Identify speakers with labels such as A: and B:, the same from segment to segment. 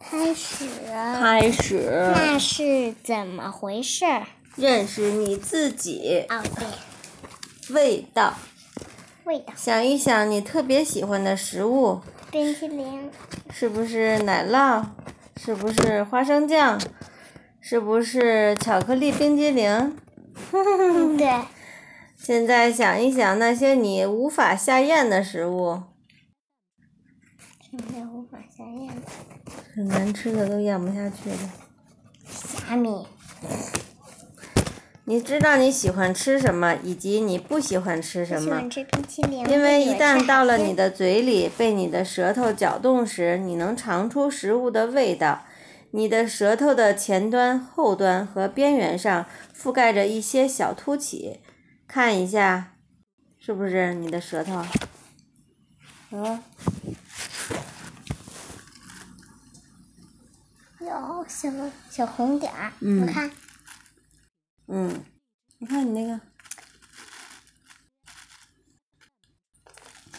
A: 开始。
B: 开始
A: 那是怎么回事？
B: 认识你自己
A: 哦，对，
B: 味道。
A: 味道，
B: 想一想你特别喜欢的食物，
A: 冰淇淋，
B: 是不是奶酪？是不是花生酱？是不是巧克力冰激凌？
A: 嗯，对，
B: 现在想一想那些你无法下咽的食物，
A: 现在无法想象。
B: 很难吃的都咽不下去了。
A: 虾米，
B: 你知道你喜欢吃什么，以及你不喜欢吃
A: 我
B: 什
A: 喜欢
B: 么。
A: 吃冰淇淋，
B: 因为一旦到了你
A: 的，
B: 的嘴里，被你的舌头搅动时，你能尝出食物的味道。你的舌头的前端、后端和边缘上覆盖着一些小凸起，看一下，是不是你的舌头？啊嗯，
A: 有小小红点儿，
B: 嗯
A: 你看，
B: 嗯，你看你那个嗯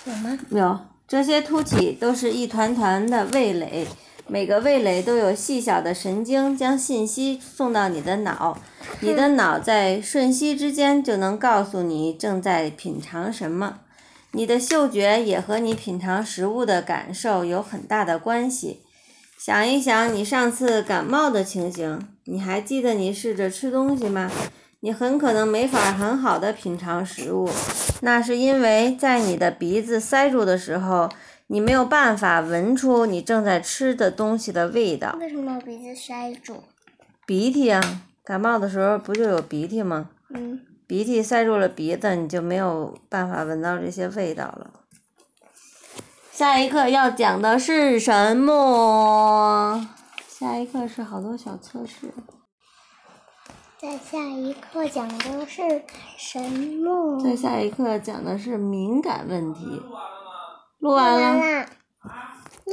A: 有吗？
B: 有，这些凸起都是一团团的味蕾，每个味蕾都有细小的神经将信息送到你的脑，你的脑在瞬息之间就能告诉你正在品尝什么。你的嗅觉也和你品尝食物的感受有很大的关系。想一想你上次感冒的情形，你还记得你试着吃东西吗？你很可能没法很好的品尝食物，那是因为在你的鼻子塞住的时候，你没有办法闻出你正在吃的东西的味道。
A: 为什么我鼻子塞住？
B: 鼻涕啊，感冒的时候不就有鼻涕吗？
A: 嗯，
B: 鼻涕塞住了鼻子，你就没有办法闻到这些味道了。下一课要讲的是什么？下一课是好多小测试。
A: 在下一课讲的是什么？
B: 嗯在下一课讲的是敏感问题。录
A: 完
B: 完了。
A: 了。